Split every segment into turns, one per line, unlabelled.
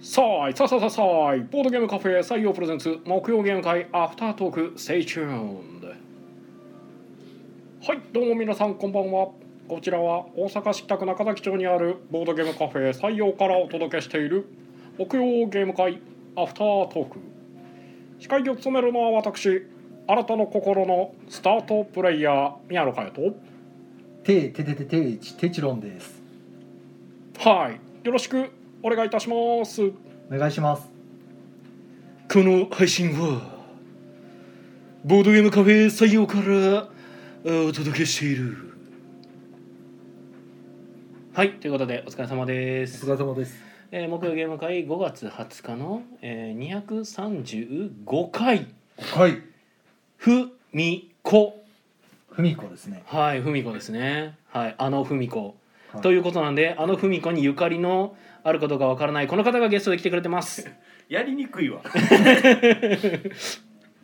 さあいさあさあさあさあいボードゲームカフェ採用プレゼンツ木曜ゲーム会アフタートーク Stay tuned はいどうも皆さんこんばんはこちらは大阪市北区中崎町にあるボードゲームカフェ採用からお届けしている木曜ゲーム会アフタートーク司会を務めるのは私あなたの心のスタートプレイヤー宮野佳代と
ててててていちてちろんです
はい、よろしくお願いいたします。こ
お願いします
の配信はボードゲームカフェ採用からあお届けしている。はい、ということでお疲れ様で
お
す。
疲れ様です
えー、木曜ゲーム会5月20日の、えー、235回
はい
ふみこ
ふみこですね
はい、ふみこですね。はい、あのふみこ。
はい
ということなんであのふみこにゆかりのあるかどうかわからないこの方がゲストで来てくれてます。
やりにく いわ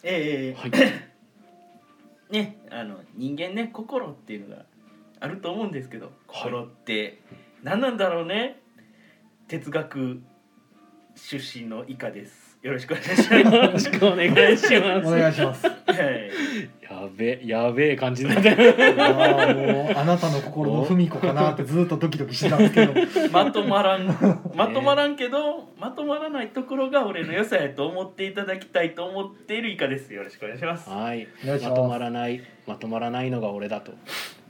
ええ
はい
ねあの人間ね心っていうのがあると思うんですけど心って何なんだろうね哲学出身の以下ですよろしくお願 いしま
よろしくお願いし
お
ます。
願いしますい
す、はい、
やべやべえ感じになってる。
やーもうあなたの心のふみこかなってずっとドキドキしてたんです けど
まとまらんまとまらんけど、まとまらないところが俺の良さやと思っていただきたいと思っている以下ですよろしくお願いし ます
はい。
お願
ま
いします
とまらないまとまらないのが俺だと。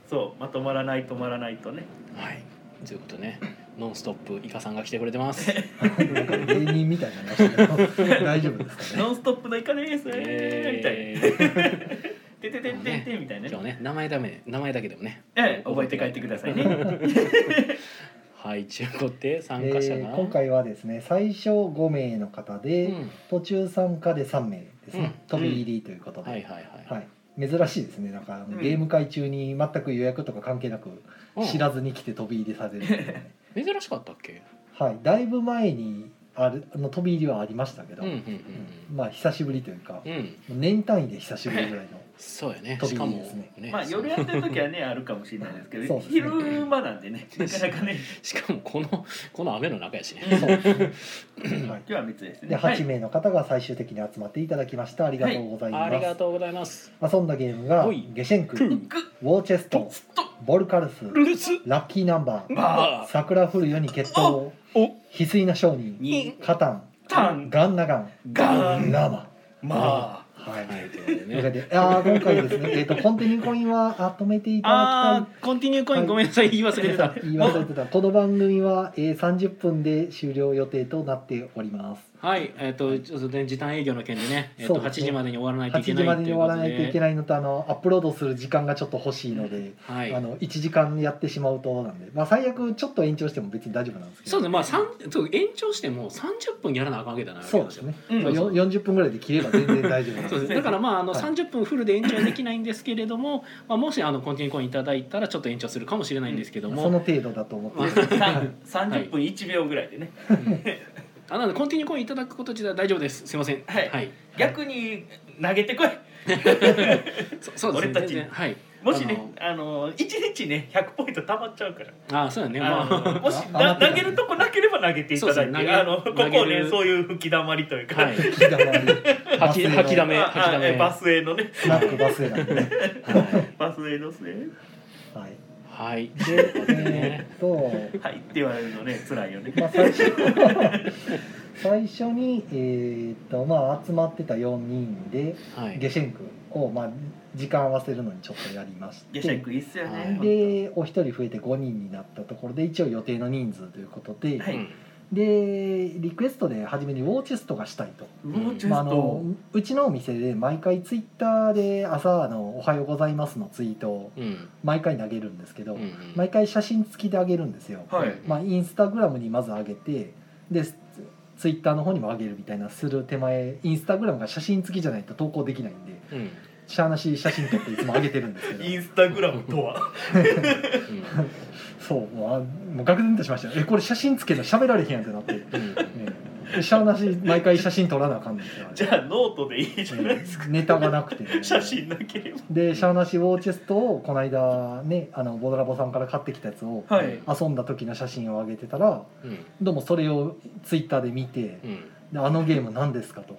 そうまとまらない止まらないとね
はい。ということでね。ノンストップイカさんが来てくれて ます。
なんか芸人みたいになりましたけど大丈夫ですかね
ノンストップのイカです、みたいな。
え
ててててててみた
ー
い な
今
ね。
日ね名前ダメ名前だけでもね。
ええ、覚えて帰ってくださいね。
はい。中古って参
え
加者
ー
が。
今回はですね最初5名の方で、
うん。
途中参加で3名ですね、
うん
飛び入りということで、
はいはいはい。
はい、珍しいですねなんかあの
うん
ゲーム会中に全く予約とか関係なく
うん
知らずに来て飛び入りされるっていうね、
珍しかったっけ？
はい、だいぶ前にあるあの飛び入りはありましたけど、
うんうん
まあ久しぶりというか
うんう、ん。うん。
年単位で久しぶりぐらいの
そうやね。
飛
し
び
か
入り
も
ですね
ね。
まあ夜やってる時はねあるかもしれないですけ
そう
ど、
ですね
昼間なんでね、なかなかね。
しかもこのこの雨の中やしね。
そうですね、は
今日は三つです
い、
ね。
で
は
8
い。
名の方が最終的に集まっていただきましたありがとうござい
あ
ます、
りがとうございます。
遊んだゲームが
おい
ゲシェンク
ク
ウ
ー
ォーチェスト
ストッ
ボルカルス
ルツ
ラッキーナンバー
バ
バ
桜降る夜に決闘
ーお
翡翠な商
ー
人
に
カタン
タン
ガンナガン
ガン
ラマ
まあ。
はい、
はいということ
とい
で
うわけ
ね。
であー今回ですね、えー、とコンティニューコインは集めていただきたい
ああコンティニューコイン
はい
ごめんなさい言い忘れてた。
言い忘れてたこの番組は、えー、30分で終了予定となっております
はいえっとちょっとね時短営業の件でねえっ
そ
と
う
8
ですね
時までに終わらないと
8
いけ
時
ない
までに終わらないといけ
ない。
ないのとあのアップロードする時間がちょっと欲しいので、
はい
あ。の1時間やってしまうとなんで、まあ、最悪ちょっと延長しても別に大丈夫なんですけど
そうですねまあ三そう延長しても30分やらなあかんわけだな。
そうですね、
うん
まあ、よ40分ぐらいで切れば全然大丈夫なん
そうですね
で
だからまああの
はい
30分フルで延長できないんですけれども、まあもしあのコンティニューコインいただいたらちょっと延長するかもしれないんですけど
そ
も、
の程度だと思って
三十分一秒ぐらいでね。
あなのでコンティニューコインいただくこと自体は大丈夫です。すいません。
はい
はい、
逆に投げてこい。
そそうですね。
俺たち
全然はい。
もしねあの一日ね百ポイント溜まっちゃうから。
ああそうだね。ま
あ
あ
のもし
あ
な投げるとこなければ投げていただ
そう
い
です
て、
ね
あの
投
こ
げ
こ
る
をねそういう吹き溜まりというか、
はい。
引き溜まり
吐き吐き溜
あ
め吐き溜
あえ
め。
バスへのね、
スナックバスへなん で、ね、
バスへのですね。
はい
はい。
でえ
ね
ーっと
はいって言われるのね辛いよね。
まあ、最初 最初に、えーっとまあ、集まってた4人で
はい。
ゲシェンクを、まあ、時間合わせるのにちょっとやりまし
ゲシェ
て
ンクいいっすよね。
でお一人増えて5人になったところで一応予定の人数ということで、
はい
でリクエストで初めにウォーチェストがしたいと。
ウォーチ
まあ、
ェ
あ
ス
の
ト。
うちのお店で毎回ツイッターで朝あの「おはようございます」のツイートを
うん。
毎回投げるんですけど、
うんうん
毎回写真付きであげるんですよ。
はい。
まあ、インスタグラムにまず上げてでツツイッターの方にも上げるみたいなする手前インスタグラムが写真付きじゃないと投稿できないんで
うん。
しゃあなし写真撮っていつも上げてるん ですけど
インスタグラムとは
そうもうあもう愕然としましたよえこれ写真つけたら喋られへんやんってなって、ね
うんうん
え、しゃあなし毎回写真撮らなあかんねんってな
じゃあノートでいいじゃないですか、
ネタがなくてね、
写真なければ
でシャーナシウォーチェストをこの間ねあのボドラボさんから買ってきたやつを
はい
遊んだ時の写真を上げてたら
うん
どうもそれをツイッターで見て
うん
「であのゲーム何ですか?」と。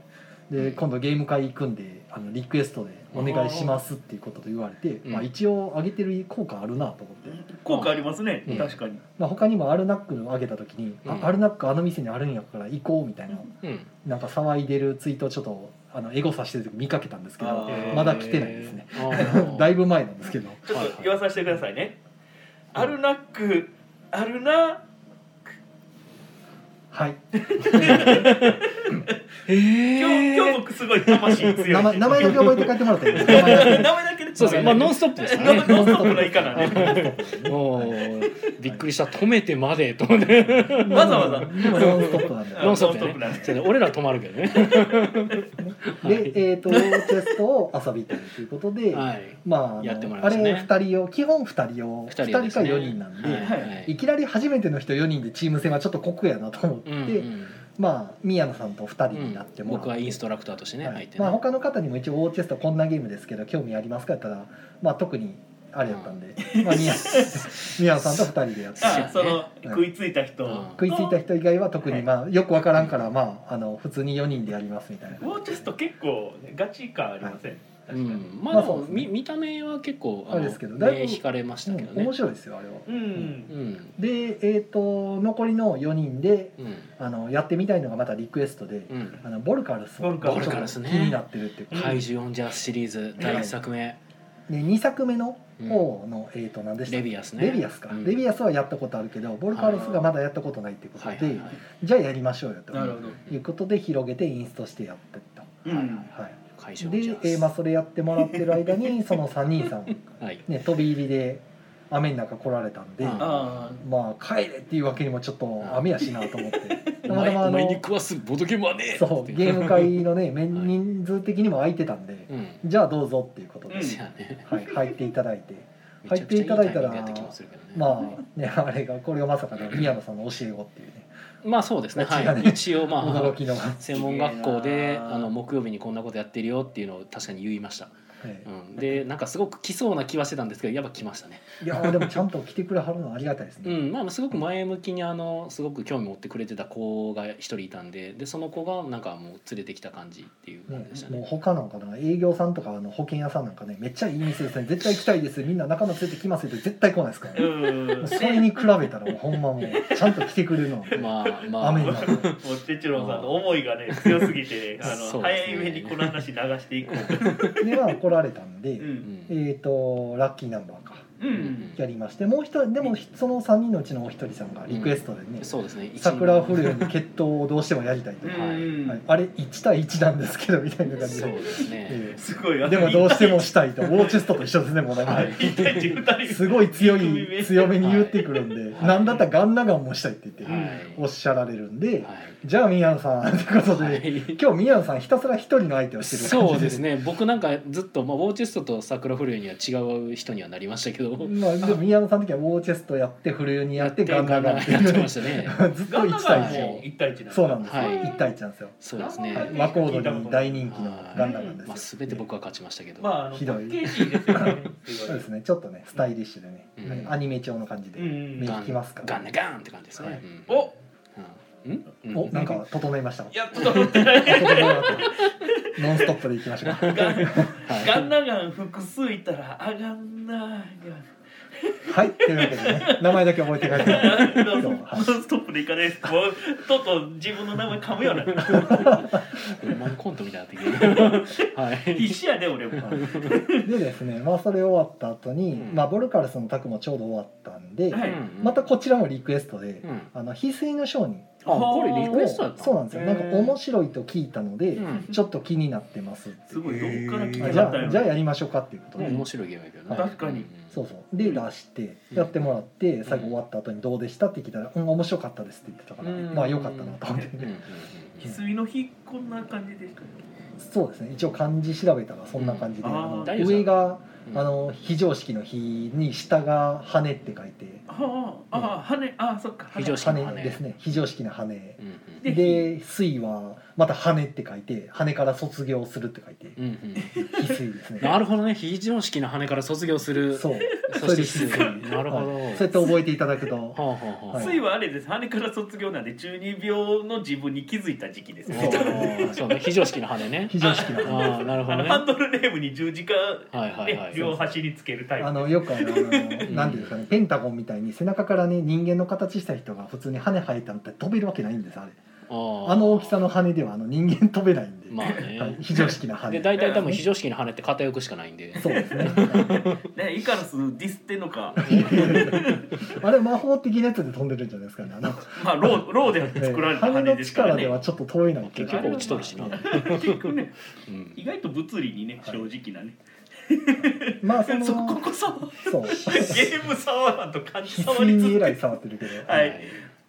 で今度ゲーム会行くんであのリクエストでお願いしますっていうことと言われて、
うん
まあ、一応上げてる効果あるなと思って、
効果ありますね、
うん
確かに
まあ、他にもアルナックル上げた時に「
うん
あアルナックあの店にあるんやから行こう」みたいな
うん
なんか騒いでるツイートをちょっとあのエゴさしてる時見かけたんですけ
あ
ど
ー
まだ来てないですね
えー
だいぶ前なんですけど
ちょっと言わさせてくださいね、
はい
アルナックアルナ
はい
えー
今日今日僕すごい魂強い
名前名前だけ覚えて帰ってもらっていいですか名前だけ
名前だけで
そうですねまあノンストップです
ノ
ね
ンノンストップないからね
おーびっくりした止めてまでと思って
わざわざ
でもノンストップなんで
あ
ノンストップ
ノンストップ
だ
だ
ね
ね
そうね俺ら止まるけどね
でえっ、とチェストを遊びたいということで、
はい
まああの
やってもらい
あ
ますね
れ2人用基本2人用2
二人用
人
です
か
ね
4人なんで、
はい
い
はい
きなり初めての人4人でチーム戦はちょっと酷やなと思って、
うんうん
まあ宮野さんと2人になってもらって、
僕はインストラクターとしてね
はい
入ってね
まあ、他の方にも一応「オーチェストこんなゲームですけど興味ありますか?」やったら、まあ、特にあれやったんで、まあ、宮 宮野さんと2人でやって
あその
うん
食いついた人
うん
食いついた人以外は特に、まあ、よくわからんから、まあ、あの普通に4人でやりますみたいな
ウォーチェスト結構ねガチ感ありません、
う
確かに
ん、まあ
まあ
でも、
そうですね
み見た目は結構
あれですけどだいぶ
目引かれましたけど
うん
ね
面。白いですよあれは。
うん、
うん
で、えー、と残りの4人で
うん
あのやってみたいのがまたリクエストで、
うん
あのボルカルス
ボルカル
ち
ス
ょっと
ボルカルスね
気になってるっていうこと
怪獣オンジャースシリーズ第一作目、
で2作目の
うん
方の、えー、と何でした
レビアスね
レビアスか、
うん
レビアスはやったことあるけどボルカルスがまだやったことないっていうことで、
はいはいはい
じゃあやりましょうよと
なるほど
いうことで広げてインストしてやってった。
うん
はい
怪
で
獣オンジャ、
えーまあ、
ー
それやってもらってる間 にその3人さん、
スはい
ね、飛び入りで雨の中来られたんで、
うん
あ
まあ帰れっていうわけにもちょっと雨やしなと思 って
お
たまた
前
まあ
お前に
の
食わすボドゲマね
そうゲーム会のね面人数的にも空いてたんで、
うん
じゃあどうぞっていうことで、
うん
ですよね
はい、入っていただいて
めちゃくちゃいいタイミングやった気もするけどねまあ
まあねあれがこれがまさかの宮野さんの教え子っていうね
そうですねは
間違い
い
ない
一応ま
驚
あ
きの、は
専門学校で
綺麗な
あの木曜日にこんなことやってるよっていうのを確かに言いました、う
い、
ん、でなんかすごく来そうな気はしてたんですけどやっぱ来ましたね
いやーでもちゃんと来てくれはるのはありがたいです
う
ね、
んまあ、すごく前向きにあのすごく興味持ってくれてた子が一人いたんででその子がなんかもう連れてきた感じっていう感
ね
じでした、
もう
ね。
他なんかな営業さんとかあの保険屋さんなんかねめっちゃいい店ですね絶対行きたいですみんな仲間連れてきますって絶対来ないですから、
ーう
ね、
ん
それに比べたらもうほんまもうちゃんと来てくれるのは
まあまあ
雨の中
もう哲郎さんの思いがね強すぎてあ
そ
の
うですね
早めにこの話流していこう
では来られたんで、
うん
えっ、とラッキーナンバーか
う
うん
ん
やりましてもう一人でもその3人のうちのお一人さんがリクエストでね、
そうですね
桜降るように決闘をどうしてもやりたいと、
う
は
ん
い、あれ1対1なんですけどみたいな感じ
そう
で、
ですね
え
すごい
えでもどうして
も
もしたいとウォーチェストと一緒ですねもうなんか、
はい
一対一二人
すごい強
組名
い強めに言ってくるんで、
はい
なんだったらガンナガンもしたいって言って
はい
おっしゃられるんで、
はい
じゃあ宮野さんということで、
はい
今日宮野さんひたすら一人の相手をしてる感じ
そうですね僕なんかずっと、まあ、ウォーチェストと桜降るようには違う人にはなりましたけど
まあ、でも宮野さんの時はウォーチェストやってフルユニやってガンナ
ガン
ガン
ガ
っ
ン
てい
や
う
って
ね
ましたね
ずっと
ガン
1
ナガン
対
は
1
もう一対一なの
そうなんですよ、
はい
1対1なんですよ
そうですね
ガンガン
和光度に大人気のガンナガンですよ、
まあ、全て僕は勝ちましたけど、
まああの
ひどい
パッケージいいですよね
そうですねちょっとねスタイリッシュでね、
うん
はいアニメ調の感じで、
うんうん
目
ガ
引
ン
きますから
ガンガンガンって感じですね、
はい
うん
お
うんうん
おなんか整いました
やっと思ってない
整いましたノンストップでいきましょう
ガン
はい
ガンナガン複数いたらあがんな
はいというわけでね名前だけ覚えて帰ってもら
ガ
って
ンノン
そうはい
ノンストップでいかないですもうとうとう自分の名前噛むようになる
ロマンコントみたいになってきてはい
必死やで俺も
はいでですねまあそれ終わった後に、
うん
まあボルカルスのタクもちょうど終わったんで、
はい
うん
またこちらもリクエストで、
うん
あの翡翠の商人
あこれリクエストやった
そうなんですよなんか面白いと聞いたので、
うん
ちょっと気になってますって
すごいどっから聞き
あ
た
じ
かっ
ゃ
たん
あ
や
じゃあ
ろ
やりましょうかっていうことで、
うん面白いゲームやけどね
確かに
うん
そうそうで
うん
出して
うん
やってもらって最後
う
終
ん
わった後に「どうでした?」って聞いたら「うん面白かったです」って言ってたから
うん
まあ良かったなと思って
うんうんうん
翡翠の日こんな感じでしたね
そうですね一応漢字調べたらそんな感じで
うん
あの
あ
ー
上が
うん
あの非常識の「日」に下が「羽」って書いて
ああああ羽ああそっか羽
非常識の羽
羽ですね非常識な羽
うん
で
で「水」はまた「羽」って書いて羽から卒業するって書いて
うんうんうん
「翡翠」ですね
なるほどね非常識の羽から卒業する
そう
そして失
それで
礼なるほど、
はいそうやって覚えていただくと
はあはあはあ
はい
水はあれです羽から卒業なんで中二病の自分に気づいた時期ですね
おーそうね非常識の羽ね
非常識
あ
な羽
あなるほ
あ
ど
の
ね
ハンドルネームに十字架
はいはいは
で
い
両端につけるタイ
あ
プ
のよくあの
ん
何ていうんですかねペンタゴンみたいに背中からね人間の形した人が普通に羽生えたのって飛べるわけないんですあれ
あ
あの大きさの羽ではあの人間飛べないんで、
まあ
はい
ね
非常識な
で
羽
大体多分非常識の羽って偏くしかないんで
そうですね
ねイカロスディスってんのか
あれ魔法的なやつで飛んでるんじゃないですかねあ の
まあローローで作られた
羽
羽
の
ですから
力
ね
ではちょっと遠いない
結局落ちとるしな、
結局ね
うん
意外と物理にね
は
正
い
直なね
まあそ
そこ
の
こそ
そう
ゲーム触らんと感じ
必
触
須
り
に
つ
え
つ
らい触ってるけど
はい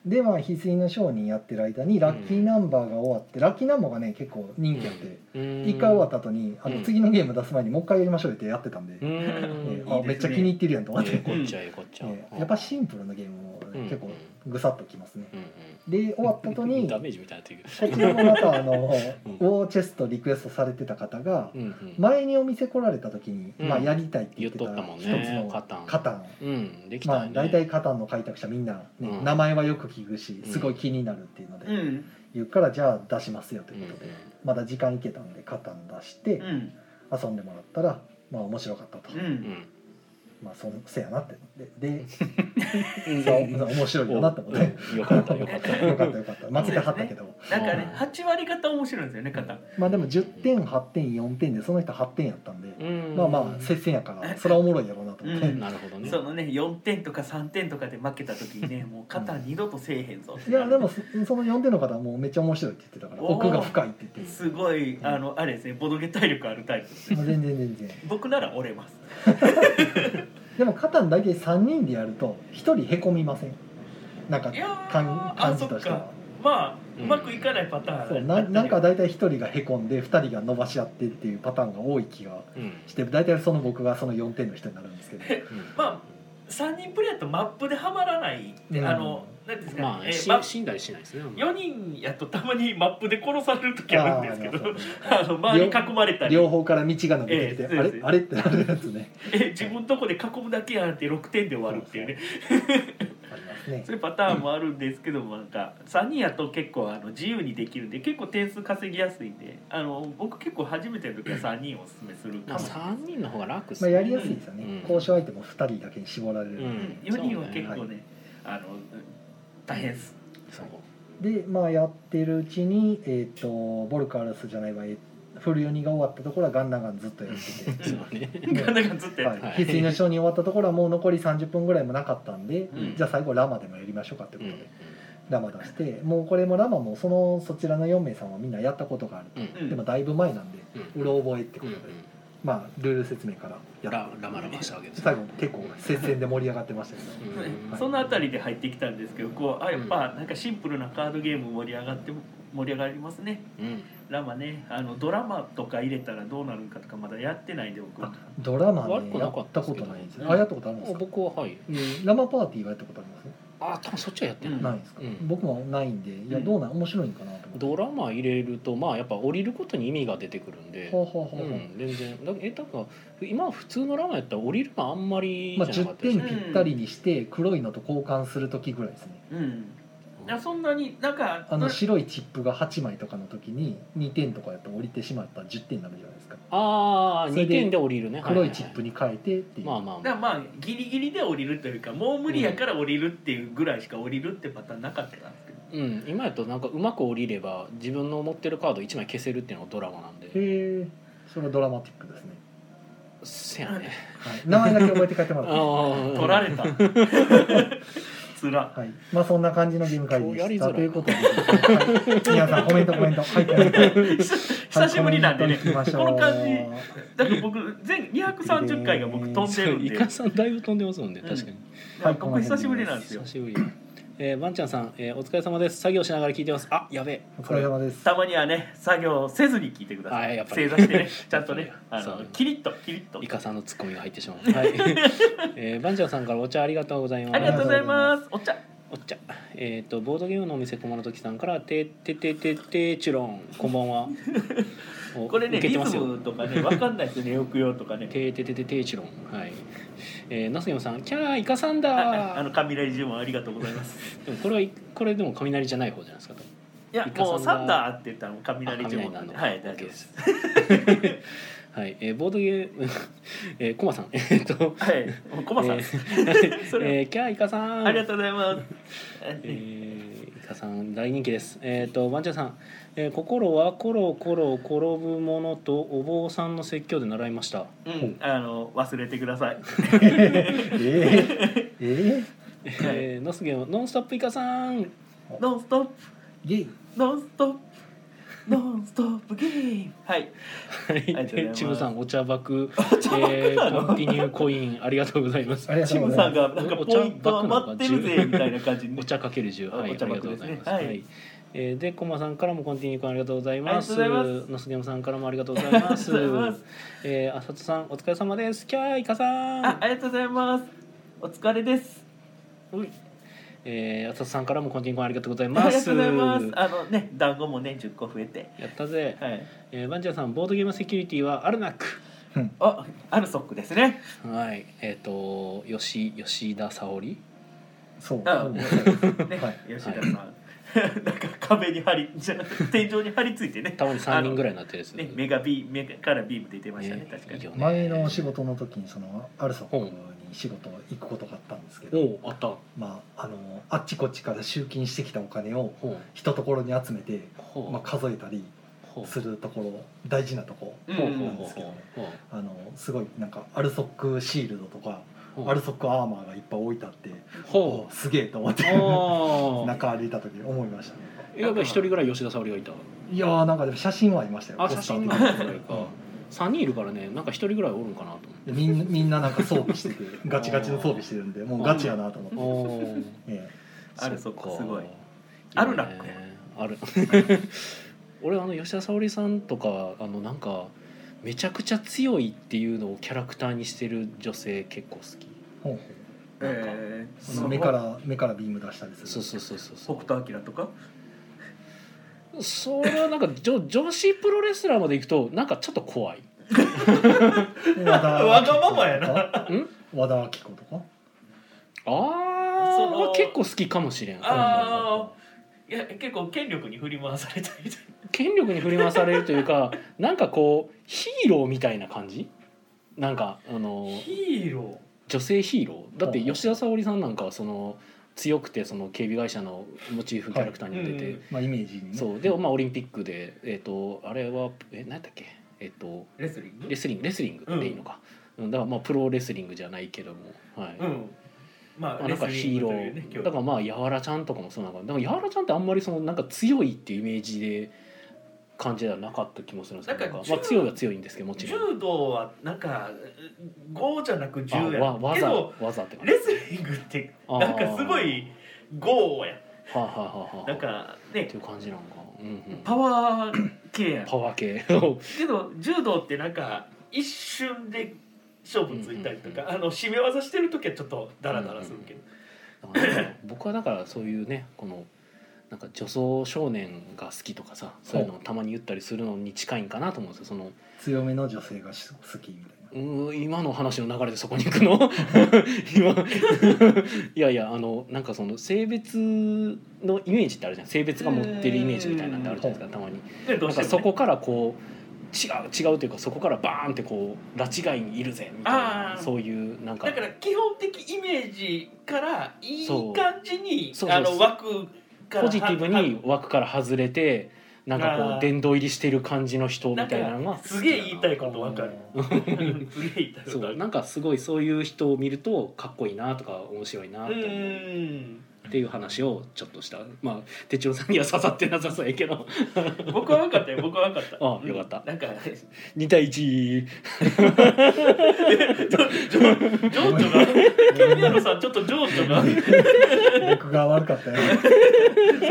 でまあ翡翠の商人やってる間にラッキーナンバーが終わって、ラッキーナンバーがね結構人気あって、
一
一回終わった後にあ
うん
の次のゲーム出す前にもう一回やりましょうよってやってたんで、
う
え
ん
え
いいですね
あめっちゃ気に入ってるやんと思って、
ええこっちゃええこっちゃ
ええやっぱシンプルなゲームを
うん
結構ぐさっときますね、
うん
で終わった後
うん
に
ダ
こ
メージみたいになってる
ちらもまたあの、
うん
ウォーチェストリクエストされてた方が
うんうん
前にお店来られた時に、
うん
まあ、やりたいって言
言っ
って
と
た
ったもん
一つ
ね
の
カタン
カタン
うんでき
ま
た
あ
ね
大体カタンの開拓者みんな、ね
うん
名前はよく聞くし
うん
すごい気になるっていうので、
うん
言うからじゃあ出しますよと
う
い
ん
うことで、まだ時間いけたんでカタン出して
うん
遊んでもらったら、まあ面白かったと、
う
うんん
まあそんせやなってでで
うんうん
そう面白いよなって思って、
うんよかったよかった
よかったよかった負けたかったけど、
なんかね8割方面白いんですよね方
まあでも10点8点4点でその人8点やったんで、
うん
まあまあ接戦やからそれはおもろいやろうなと思って、
うん
なるほどね
そのね4点とか3点とかで負けた時にねもう肩二度とせえへんぞ
いやでもそその4点の方はもうめっちゃ面白いって言ってたから
おー
奥が深いって言って
すごいあのあれですねボドゲ体力あるタイプですね
まあ全然全然
僕なら折れます
でもカタン大体3人でやると1人へこみませんなんか
いやー
感
あ
感
そ
じ
っか
としては
まあうまくいかないパターン
そう
あ
な
った
なんか
け
大体1人がへこんで2人が伸ばし合ってっていうパターンが多い気が
うん
して大体その僕がその4点の人になるんですけど
うん
まど3人プレイだとマップではまらない、
うん
あのなんていうんですかね、
まあ
え
し
マッ
死んだりしないですね
4人やとたまにマップで殺される時あるんですけど
あーなるほど
あの周り囲まれたり
両方から道が伸びてきて、
ええ
あ
そうで
れ
す
あれ ってなるやつね
え自分とこで囲むだけやんって6点で終わるっていうね
ありますね
そういうパターンもあるんですけどもなんか3人やと結構あの自由にできるんで結構点数稼ぎやすいんであの僕結構初めての時は3人おすすめするか
まあ
も、
三人の方が楽っす
まあ、
ね
やりやすいですよね、
うん
交渉相手も2人だけに絞られる、
うん
4人は
そう
結
ね
構ねあの大変です
そう
でまあやってるうちにえっ、とボルカルスじゃないわえフルユニが終わったところはガンナガンずっとやってて
そうね
ガンダガンずっと や
は
っ
い
て
はい
翡翠の章に終わったところはもう残り30分ぐらいもなかったんで、
うん
じゃあ最後ラマでもやりましょうかって
う
こと
ん
で、ラマ出してもうこれもラマもそのそちらの4名さんはみんなやったことがある、
うん
うん
でもだいぶ前なんで
うん
うろ覚えってこ
う
と
ん
で、まあルール説明から
ラ
やっ
ラマラマしたわけです
最後結構接戦で盛り上がってましたけど、
うん
はいそのあたりで入ってきたんですけどこうあやっぱなんかシンプルなカードゲーム盛り上がって盛り上がりますね
うん
ラマねあのドラマとか入れたらどうなるかとかまだやってないんで僕
あドラマ
悪
ね
く
や
なかっ
ったた
です
こ
け
と
ど
ないんですねあやったことあるんですか
僕ははい
ラマパーティーはやったことあります
あ多分そっちはやって
うん
ない
ないですか、
うん
僕もないんでいや
うん
どうなん面白いんかなと思って、
ドラマ入れるとまあやっぱ降りることに意味が出てくるんで
ほうほう
う
ほうほう、
ん全然だえだから今普通のラマやったら降りるのあんまりじ
まあ、
ゃな
10
かったです
点
ね
ぴったりにして黒いのと交換する時ぐらいですね
うんいやそんなになんか
あの白いチップが8枚とかの時に2点とかやったら降りてしまったら10点になるじゃないですか
ああ
それ
2
で
点で降りるね
黒いチップに変えてっていう、
まあまあ
だ
ま
から
あ
まあギリギリで降りるというかもう無理やから降りるっていうぐらいしか降りるってパターンなかったんですけど、
うん今やとなんかうまく降りれば自分の持ってるカード1枚消せるっていうのがドラマなんで
へえそれはドラマティックですね、
せやね
はい、名前だけ覚えて帰っても
あ
らって
ー
取られた、つら
はい、まあそんな感じのゲーム会
今
で
日やり
し
づら
た
い
ということで、はい、皆さんコメントコメントはいコメント
久しぶりなんでね、
はいコメント行きましょう
この感じだって僕全230回が僕飛んでるん
イ
で
カさんだいぶ飛んでますもんね
うん
確かに、
はい
ここ久しぶりなんですよ
久しぶりえー、ばんちゃんさん、えー、お疲れ様です作業しながら聞いてますあやべえ
お疲れ様です
たまにはね作業せずに聞いてくださ
あ
い
やっぱり
正座してねちゃんとねあ
そう
のキリッとキリッと
イカさんのツッコミが入ってしま うはい、えー、ばんちゃんさんからお茶ありがとうございます
ありがとうございますお茶
おっちゃえっ、とボードゲームのお店駒の時さんからてててててチュロンこんばん はお
これね
受け
リ
てます
ズ
よ
ムとかねわかんないですよねよくよとかね
てててててチュロンはいえー、ナスゲムさんキャーイカさん
あ
だ
あの雷呪文ありがとうございます
でもこれはいこれでも雷じゃない方じゃないですか
いや
イカさんが
もうサンダーって言ったらもう雷呪
雷
文な
なん
んで
の
はい大丈夫です
すはい、えー、ボードゲーム、えー、コマさん、えーっと、
はいもうコマさん
え
です
ー
それ
えー、キャーイカさん、
ありがとうございます
えーイカさん大人気です。えっ、とバンチャンさん、えー心はコロコロ転ぶものとお坊さんの説教で習いました。
うんあの忘れてください
えー、え ー、
えー、ノスゲンノンストップイカさん、
ノンストップ
ゲイ
ノンストップノンストップゲームはい
はい
がとうございま
ですチムさんお茶爆、
お茶ばっ
え
かな
ー、コン
の
ティニューコインありがとうございます
あ。りがと
チ
うご
ム
ざ
さ
い
ん
ます
がなんかポイント余ってるぜみたいな感じにね
お茶かける十、はい、
お
あり
茶
が
爆
とうございます。
ですねはい
えーで、コマさんからもコンティニュー君ありがとうございます。
ありがとうございます
ノスゲムさんからもありがとうございます
ありがとうございます。
えー、あさとさん、お疲れ様です。キャーイカさん。
あありがとうございますお疲れです
ういえー、あさとさんからもコンティニュー君ありがとうござい
あ
ま
りが
す。
とうございますあのね団子もね10個増えて
やったぜ。
はい
えー、バンジャーさん、ボードゲームセキュリティはアルナック。
うん
あアルソックですね
はい、えっ、と、よし、吉田沙織。
そう
あ
そう
ね
ですはい
吉田さん、 なんか壁に張りじゃ天井に張り付いてね
たまに三人ぐらいになってるやつ。
ねメガビーメガからビーム出てましたね
ね
確か
いい
に
よね
前のお仕事の時にそのアルソックに仕事行くことがあったんですけど、
おう、あった。
まああのあっちこっちから集金してきたお金を
ほう。
ひとところに集めて、
ほう。
まあ、数えたり
ほう。
するところ大事なとこ
うん
ほうほう
なん
ほう
ですけど
ほう。
あのすごいなんかアルソックシールドとか
ほ
アル
う
ソックアーマーがいっぱい置いてあってお
ほ
うすげえと思って
う。ああ。
中歩いた時思いましたね
やっぱり一人ぐらい吉田沙保里がいた。
いやーなんかでも写真はありましたよ
あ、
ポ
写
スター
真
と
が
か
あるというか。三人いるからね、なんか一人ぐらいおるんかなと
でみんみんななんか装備 しててガチガチの装備してるんでもうガチやなと思って、
思って。
え
あ
ある
そっか
そっかすごい
ね
あるラックや
ある。俺あの吉田沙保里さんとかあのなんかめちゃくちゃ強いっていうのをキャラクターにしてる女性結構好き。
えほうほ
え
う
ー
その目から目からビーム出したりする
そうそうそうそうそ
北
う。
斗晶とか
それはなんか女女子プロレスラーまで行くとなんかちょっと怖い。
和田
わがままや
な
うん？
和田アキ子とか
ああ
そ、の
は結構好きかもしれん。
あいや結構権力に振り回されたみたい
権力に振り回されるというか なんかこうヒーローみたいな感じなんかあの
ヒーロ
女性ヒーローだって
ほうほう
吉田沙保里さんなんかはその強くてその警備会社のモチーフキャラクターにも出て、
はいうん
まあイメージにね
そうでまあオリンピックでえっ、とあれはえ何だっけえっ、と
ーレスリング
レスリングレスリングでいいのか、うん、だからまあプロレスリングじゃないけどもはい。
うんま
ま
あ
あ、な
レ
んか
ス
ヒ
リ
ー
ング
ロ
というね
ーだからまあやわらちゃんとかもそうなのかなでもやわらちゃんってあんまりそのなんか強いっていうイメージで感じではなかった気もするんですけど
な
なんん
か
かまあ、
柔
強いは強いんですけどもちろん
柔道はなんか5じゃなく
あ
10
わ
やけ
技
ど
技って感じ
レスリングってなんかすごい5や
はあ、はあはあはあ、
なんか
っ
ね
ていう感じなのか、うんうん、
パワー系や
パワー系
けど柔道ってなんか一瞬で勝負ついたりとか、あの締め技してる時はちょっとダラダラするけど、
僕はだからそういうねこのなんか女装少年が好きとかさそういうのをたまに言ったりするのに近いんかなと思うんですよその
強めの女性がし好きみたいな
うーん今の話の流れでそこに行くの 今いやいやあのなんかその性別のイメージってあるじゃん性別が持ってるイメージみたいなんてあるじゃないですかたまに。
でど
な
う
ん
して
か
も、ね、
そこからこう違う違うというかそこからバーンってこう拉致外にいるぜみたい
あ
な
ー
そういうなんか
だから基本的イメージからいい
そう
感じに
そうそう
あの枠から
ポジティブに枠から外れてなんか
あ
こ
ー
う殿堂入りしてる感じの人み
なん
たいなの
か
が
すげえ言いたい
か
ことわかる
あー
すげえ言いたいこと
そ
わ
う
か
な
る
んかすごいそういう人を見るとかっこいいなとか面白いなと
う
思う。
ん
っていう話をちょっとしたまあ哲郎さんには刺さってなさそうやけど
僕は分かったよ僕は分かった
あよかった
うんなんか
2対1
情緒が宮野さんちょっと情 緒が
僕が悪かったよ。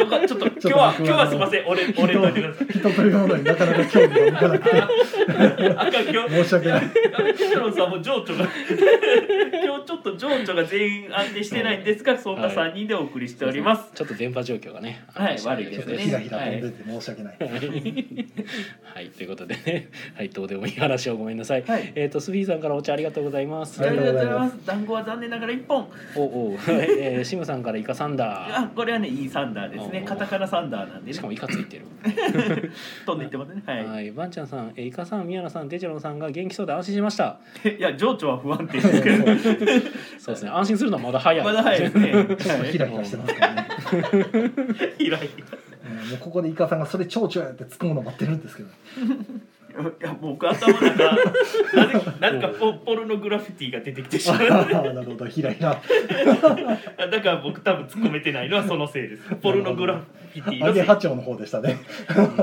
よかちょっと今日は今日はすいません俺俺
人
と
を
いてください
人というものになかなか興味が向かなくて
あかん今日
申し訳ない。
宮野さんも情緒が今日ちょっと情緒が全員安定してないんですがそんな3人でお送りしております
ちょっと電波状況がね
は
安
い
定しな
悪い
ち
で
ょっ
す
と
ね
ひらひら飛んでて申し訳ない。
はいということでねはいどうでもいい話をごめんなさい、
はい
えっ、とスフィーさんからお茶ありがとうございます、
ありがとうございま。
ありがとうございます
団子は残念ながら一本。
おお、えー、シムさんからイカサンダ
あ、これはね、いいサンダーですね。
お
カタカナサンダーなんで
ーし
ね
か。もイカついてる
飛んでいってますね。
はい、
は
バンちゃんさん、えーイカさん、宮野さん、デジロンさんが元気そうで安心しました。
い。いや、情緒は不安定ですけど。
そうですね、安心するのはまだ早い。
まだ早いですね。
ちょっと
は
ひ
い
らひらしてますけどね。
ひらひ
うんもうここでイカさんがそれ蝶々やって突っ込むの待ってるんです けど。
ら。いや、僕頭の中。なぜ、なんかポ、ポルノグラフィティが出てきてしまう。
ああなるほどひらひら。
だから、僕多分突っ込めてないのはそのせいです。ポルノグラフィティ
ア
のせ
ゲ
い。
ハチョウの方でしたね。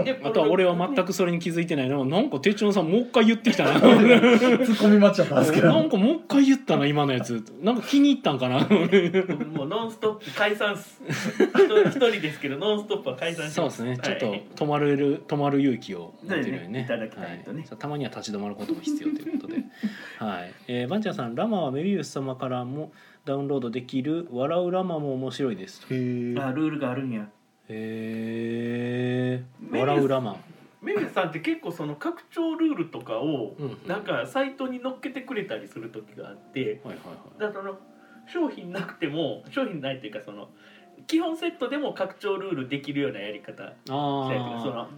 で
あとは俺は全くそれに気づいてないのなんか哲郎さんもう一回言ってきたな
突っ込み待っちゃったんですけ
なん
ど。
かもう一回言ったな今のやつなんか気に入ったん かな
僕もうノンストップ解散す。一人ですけど、ノンストップは解散し
そう
ま
ですねちょっ
は
と
い
止まれる止まる勇気を持ってるようにね
そうですねいただきたいとね
はい、たまには立ち止まることも必要という ことではい、えー、バンちゃんさんラマはメビウス様からもダウンロードできる笑うラマも面白いですと
へえ。
あ、ルールがあるんや。
へえ笑うラマ
メルさんって結構その拡張ルールとかを
うんうん
なんかサイトに載っけてくれたりする時があって
はいはいはい
だからその商品なくても商品ないっていうかその基本セットでも拡張ルールできるようなやり方そうやけどそ
あ
の、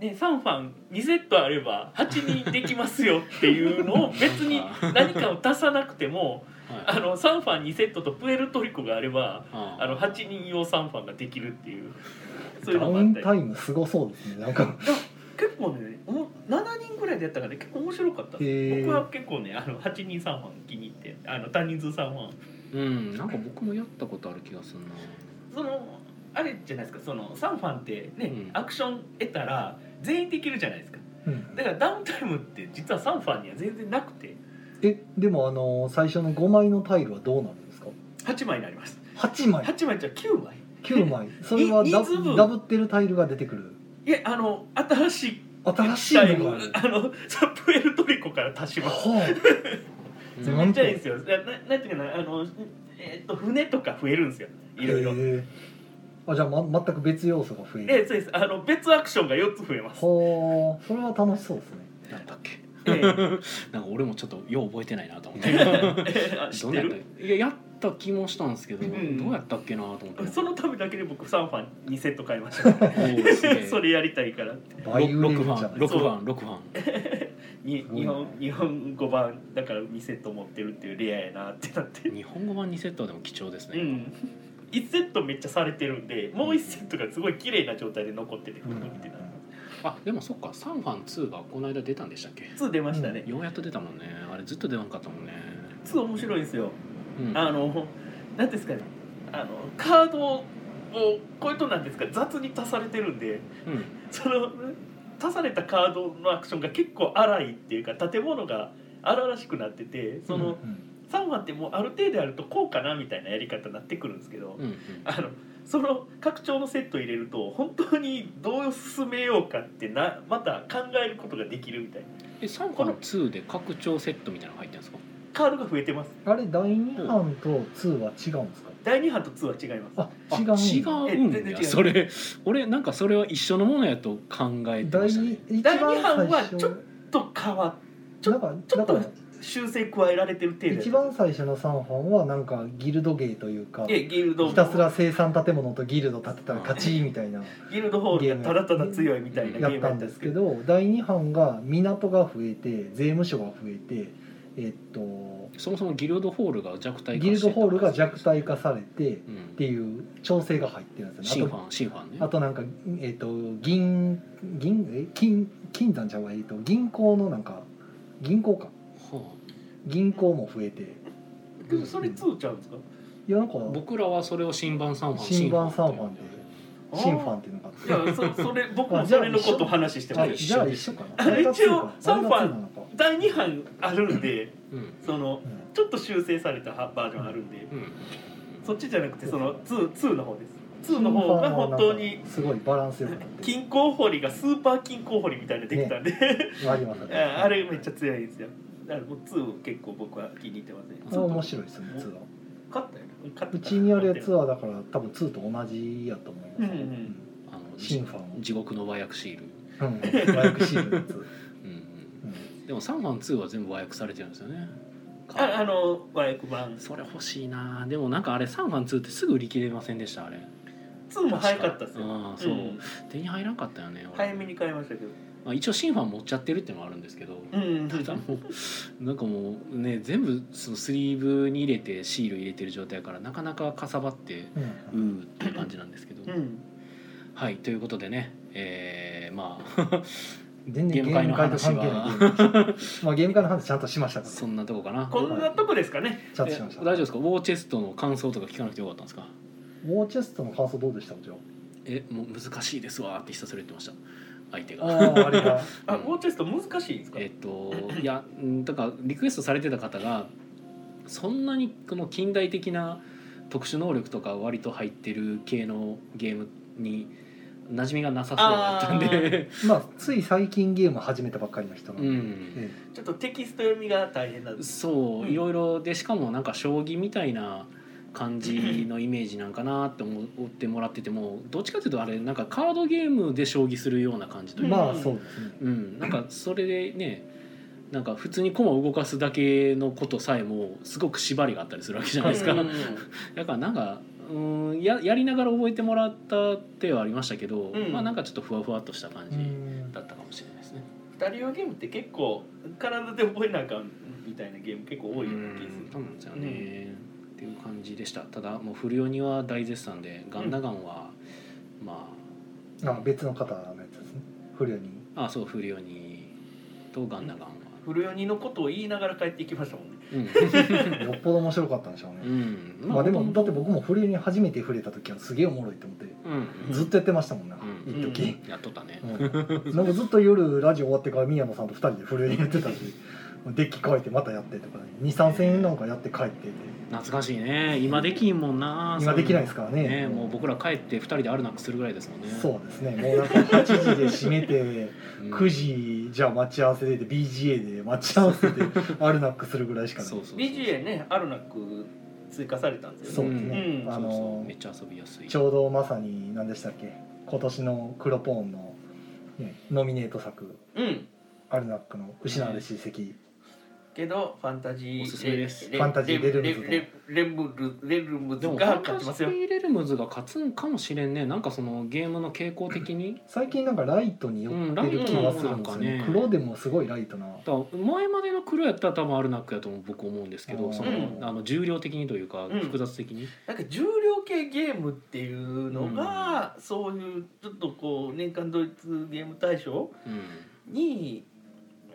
ね、3ファン2セットあれば8人できますよっていうのを別に何かを足さなくても
あ、はい
あの3ファン2セットとプエルトリコがあれば
あー
あの8人用3ファンができるっていうそういう
ダ
のもあ
ウ
っ
ン
たり
タイムすごそうですね。なんか
いや結構ねおも7人ぐらいでやったからね結構面白かった
へー
僕は結構ねあの8人3番気に入ってあの単人数3番
うん、なんか僕もやったことある気がするな。
そのあれじゃないですかその3番って
う
ね、
ん
アクション得たら全員できるじゃないですか
うん
だからダウンタイムって実は3番には全然なくて
えでもあの最初の5枚のタイルはどうなるんですか
8枚になります
8枚
8枚じゃ9枚
9枚それはいダ
いつ分
ダブってるタイルが出てくる
いやあの新しい
新しい
タイ
の
ム
がある
あのサプエルトリコから足します
は
めっちゃいいですよななんていうかなあのえっと船とか増えるんですよ
あ
いろいろ
へえあじゃあ、ま、全く別要素が増え
ええ
る
そうですあの別アクションが4つ増えます、
はあそれは楽しそうですね
なんだっけ。
ええ
なんか俺もちょっとよう覚えてないなと思って。
あ知
ど
っ
う
て
やった
る
いや、やった気もしたんですけど、
うん
どうやったっけなと思って。
そのためだけで僕3ファン2セット買いましたからね、
おーすげえ
それやりたいからって
倍売れる
六
じゃ
番
な、いです
六
か
番、六番。
に
ごい
日本日本5番だから2セット持ってるっていうレアやなってなって
日本語版二セットでも貴重です
う
ね。
ん1セットめっちゃされてるんでもう1セットがすごい綺麗な状態で残っててくるってな
あ、でもそっか、サンファン2がこの間出たんでしたっけ。
2出ましたね、
ようやっと出たもんね。あれずっと出なかったもんね。
2面白いんですよ
うん
あの何ですかねあのカードをこういうとなんですか雑に足されてるんで
うん
その足されたカードのアクションが結構荒いっていうか建物が荒々しくなっててその
うん
3番ってもうある程度やるとこうかなみたいなやり方になってくるんですけど、
うん、うん。
あのその拡張のセットを入れると本当にどう進めようかってなまた考えることができるみたいな
え、サンファン2で拡張セットみたいなの入ってるんですか。
カードが増えてます
あれ第2版と2は違うんですか
第2波と2は違います
あ
あ
違
違
う
うん
え全然違
や
う
それ俺なんかそれは一緒のものやと考えてま
第
した
二
ね
一
第
番
二版
最
は
初
ちょっと変わっちょ
なんか
ちょ
だ
っと
から
修正加えられてる程度やった
一番最初の3本はなんかギルドゲーというか
でギルド
ひたすら生産建物とギルド建てたら勝ちみたいな
ギルドホールがただただ強いみたいなゲ
や
ー
っ
ム
た
だった
ん
んで
ですす
け
け
ど
ど第2版が港が増えて税務署が増えてえっと
そもそもギルドホールが弱体化
ギルドホールが弱体
化、
化されてっ
うん
て、いう調整が入ってるんです
シ
よ
ン
ね
フ
あと
ァンシンファンね
あとなんかえっと銀銀え金金山ちゃうわえっと銀行のなんか銀行か
は
銀行も増えて
それ2ちゃうんですか
いやなんか
僕らはそれを新版三版
新版三版で
あー
シンファンっていうのがあって
いやそそれ僕も
あじゃ
そ
あ
れのことを話してま
あ
す
じゃあ一緒かな
あ一応
あれが
三
ツ
番
ーなのか
第2版あるんで
うん
その
うん
ちょっと修正されたバージョンあるんで
うん
そっちじゃなくてその 2, 2の方です2の方が本当に
すごいバランスよくなってる
金庫掘りがスーパー金庫掘りみたいなのできたんで、
ありますね
ああれめっちゃ強いんですよだからもう2結構僕は気に入ってますね
あ面白いですねツーは
勝ったよね勝った
うちにあるやつはだから多分ツーと同じやと思います、
うんうん
あの
シン
じ
ファン
地獄の和訳シール、
うん、バイクシールのやつ、
うん
うん
うん、でも三版2は全部和訳されてるんですよね
ああの和訳版
それ欲しいなでもなんかあれ3版2ってすぐ売り切れませんでしたあれ
2も早かったっすよ
ああそう、
ん
手に入らんかったよね俺
早めに買いましたけど
まあ、一応新ファン持っちゃってるっていうのはあるんですけど、
うん
ただもうなんかもうね全部そのスリーブに入れてシール入れてる状態やからなかなかかさばって
うん
うーっていう感じなんですけど、
うん
はいということでねえー、まあ
全然ゲ
ゲーム
ー
会の
ム会と
話
関係
は
ないゲームの話まあゲーム会の話ちゃんとしましたから
そんなとこかな
こんなとこですかね
ちゃんと
え
しました
大丈夫ですかウォーチェストの感想とか聞かなくてよかったんですか
ウォーチェストの感想どうでしたこちら
えもう難しいですわーってひたすら言ってました相手が。
あああれが
あ
うん
ウォーチェスト難しいんですか
えっといやうんだからリクエストされてた方がそんなにこの近代的な特殊能力とか割と入ってる系のゲームに馴染みがなさそうだったんで、
まあつい最近ゲーム始めたばっかりの人な
うん
で、
ん、
え
ちょっとテキスト読みが大変なんです
そう、
うん
いろいろでしかもなんか将棋みたいな感じのイメージなんかなって思ってもらっててもどっちかっていうとあれなんかカードゲームで将棋するような感じと
え
いうか
まあそうですね
うん、なんかそれでねなんか普通に駒を動かすだけのことさえもすごく縛りがあったりするわけじゃないですか、
うんうん
だからなんかうんややりながら覚えてもらった手はありましたけど、
うん
まあなんかちょっとふわふわっとした感
う
じ
ん
だったかもしれないですね。
二人用ゲームって結構体で覚えなあかんみたいなゲーム結構
う
多いような気が
んそうなんですよね、っていう感じでしたただもう不良には大絶賛でガンダガンは、ま
あ別の方のやつですねフルに
ああそう不良にとガンダガンは。
する古にのことを言いながら帰ってきましたもんね
うん
よっぽど面白かったんでしょうね、
うん
まあでもだって僕もフルに初めて触れた時はすげえおもろいと思って
うん
ずっとやってましたもんね、
うん
一時、
やっとったね、
うんなんかずっと夜ラジオ終わってから宮野さんと2人で震えにやってたしデッキ変えてまたやってとか、ね、23円なんかやって帰ってて
懐かしいね今できんもんな
今できないです
か
からね
ねもう僕ら帰って二人であるなくするぐらいですもんね
そうですねもうなんか8時で閉めて
うん
9時じゃあ待ち合わせで BGA で待ち合わせでアルナックするぐらいしかない
そうそうそう
BGA ねアルナック追加されたんです
そ
よ
う
ね
ですね、
うん
あ
そうそ
の
うめっちゃ遊びやすい
ちょうどまさに何でしたっけ今年の黒ポーンの、ね、ノミネート作
うん
アルナックの「失われし遺跡」
けどファンタジー
おすすめです
レ
ファンタジーレルムズと
レレレムルレルム
で
ズ
もフ
が
ァンタ
勝ち
ジ
ますよ
ーレルムズが勝つんかもしれんねなんかそのゲームの傾向的に
最近なんかライトに寄ってる気がするんですよね,、
うんライトの方なんかね
黒でもすごいライトな
だから前までの黒やったら多分アルナックやと思う僕思うんですけ
う
ど
ん
そのあの重量的にというか
うん
複雑的に、
なんか重量系ゲームっていうのが、そういうちょっとこう年間ドイツゲーム大賞
うん
に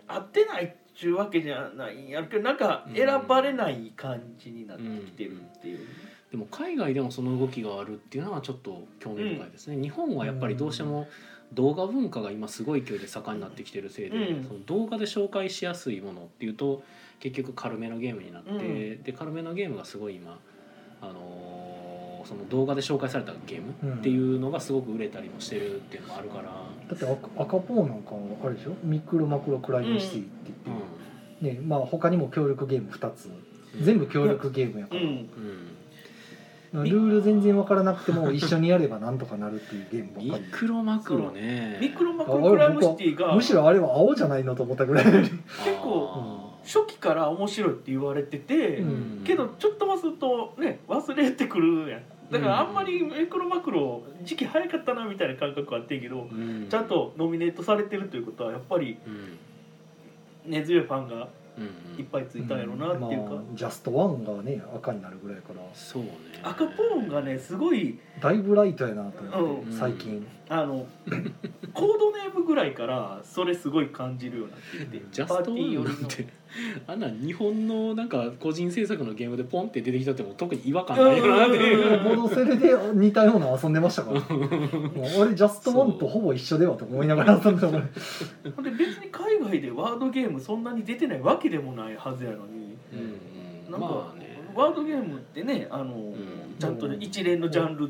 合ってないっちゅうわけじゃないんやるけどなんか選ばれない感じになってきてるっていう、
でも海外でもその動きがあるっていうのはちょっと興味深いですね、日本はやっぱりどうしても動画文化が今すごい勢いで盛んになってきてるせいで、
うん
その動画で紹介しやすいものっていうと結局軽めのゲームになって、
うん
で軽めのゲームがすごい今、あのーその動画で紹介されたゲームっていうのがすごく売れたりもしてるっていうのもあるから。
だって赤赤ポーなんかあれでしょミクロマクロクライムシティって
う
言って、
ん
ねまあ他にも協力ゲーム2つ全部協力ゲームやか
う
ら、
ん
うん
ルール全然わからなくても一緒にやればなんとかなるっていうゲーム
ミ
ばっかり
クロマクロね
ミクロマ
あ
クロクライムシティ
僕は
が
むしろあれは青じゃないのと思ったぐらい
結構初期から面白いって言われてて、
うん
けどちょっとまするとね忘れてくるやんだからあんまりミクロマクロ時期早かったなみたいな感覚はあってんけどちゃん、とノミネートされてるということはやっぱり
あーうんうん
根強いファンが
うんうん
いっぱいついたんやろなっていうか、
まあ、ジャストワンがね赤になるぐらいやか
そうね
赤ポーンがねすごい
らだいぶライトやなと思って、
うん
最近
あのコードネームぐらいからそれすごい感じるようになってきて
ジャストワン
より
なん
の
て あんな日本のなんか個人制作のゲームでポンって出てきたっても特に違和感ないよなっていううん
ボードセルで似たような遊んでましたからもう俺ジャストワンとほぼ一緒ではと思いながら遊んでたもん
ほんで別に海外でワードゲームそんなに出てないわけでもないはずやのに
うんうん
なんか、
まあね
ワードゲームってねあの、
ん
ちゃんとね一連のジャンル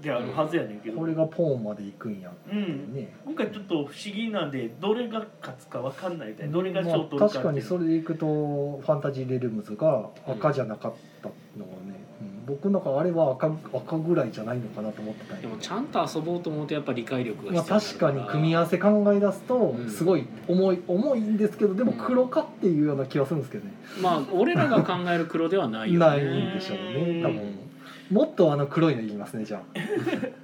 であるはずやねんけど、
これがポーンまで行くんやっ
う
て
ん、
ね、
今回ちょっと不思議なんでどれが勝つかわかんないみたいなどれが
ま
賞取
あ、
るかって
確かにそれでいくとファンタジーレルムズが赤じゃなかったのはね、うん僕なんかあれは赤赤ぐらいじゃないのかなと思ってたんや
でもちゃんと遊ぼうと思うとやっぱ理解力が
まあ、
必要
確かに組み合わ
せ
せ考え出すと
うん
すごい重い重いんですけどでも
うん
黒かっていうような気がするんですけどね
まあ俺らが考える黒ではないよ
ないん
ね
でしょうね多分
うん
もっとあの黒いの言いますねじゃあ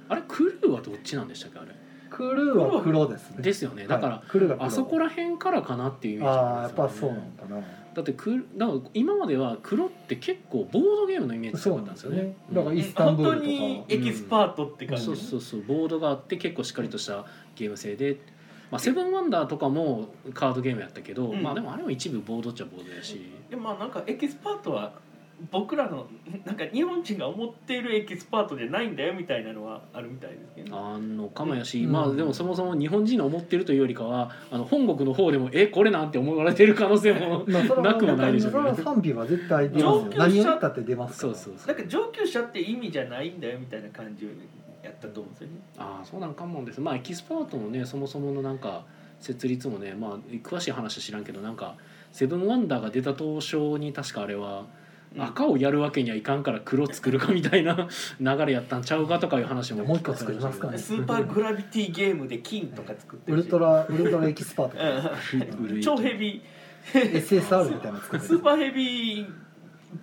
あれクルーはどっちなんでしたっけあれ
クルーは黒ですね
ですよねだから
はいクルーが黒
あそこら辺からかなっていうイメージ
ああ
な
やっ
んですよ
ぱ
ね
そうなのかな、
だってクだから今までは黒って結構ボードゲームのイメージ
そ
強
う
かっ
な
た
ん
ん
で
ですす
よ
よね
ねだからイスタン
本
ブー
当
ルとか
にエキスパートって感じ、
そうそうそうボードがあって結構しっかりとしたゲーム性で、まあ、セブンワンダーとかもカードゲームやったけど、
うん
まあでもあれも一部ボードっちゃボードやし、
でもまあなんかエキスパートは僕らの なんか日本人が思っているエキスパートじゃないんだよみたいなのはあるみたいですけどね
あんのかもやし、
うん
まあでもそもそも日本人の思ってるというよりかはあの本国の方でもえこれなんて思われてる可能性も
まあそれは
なくもないでしょうね
それは賛否は絶対出ますよ
上級者
何を言ったって出ますか
そ
ら
うそうそ
な
うん
か上級者って意味じゃないんだよみたいな感じをやったと思うんですよね
ああそうなんかもんですまあエキスパートもねそもそものなんか設立もねまあ詳しい話は知らんけどなんかセブンワンダーが出た当初に確かあれは赤をやるわけにはいかんから黒作るかみたいな 流れやったんちゃうかとかいう話も
もう一個作りますか
う
ね
んスーパーグラビティゲームで金とか作って
ウ
る
ル
し
トラウルトラエキスパートとか
うる
う
い
ん超ヘビ
SSR みたいなの作って
スーパーヘビー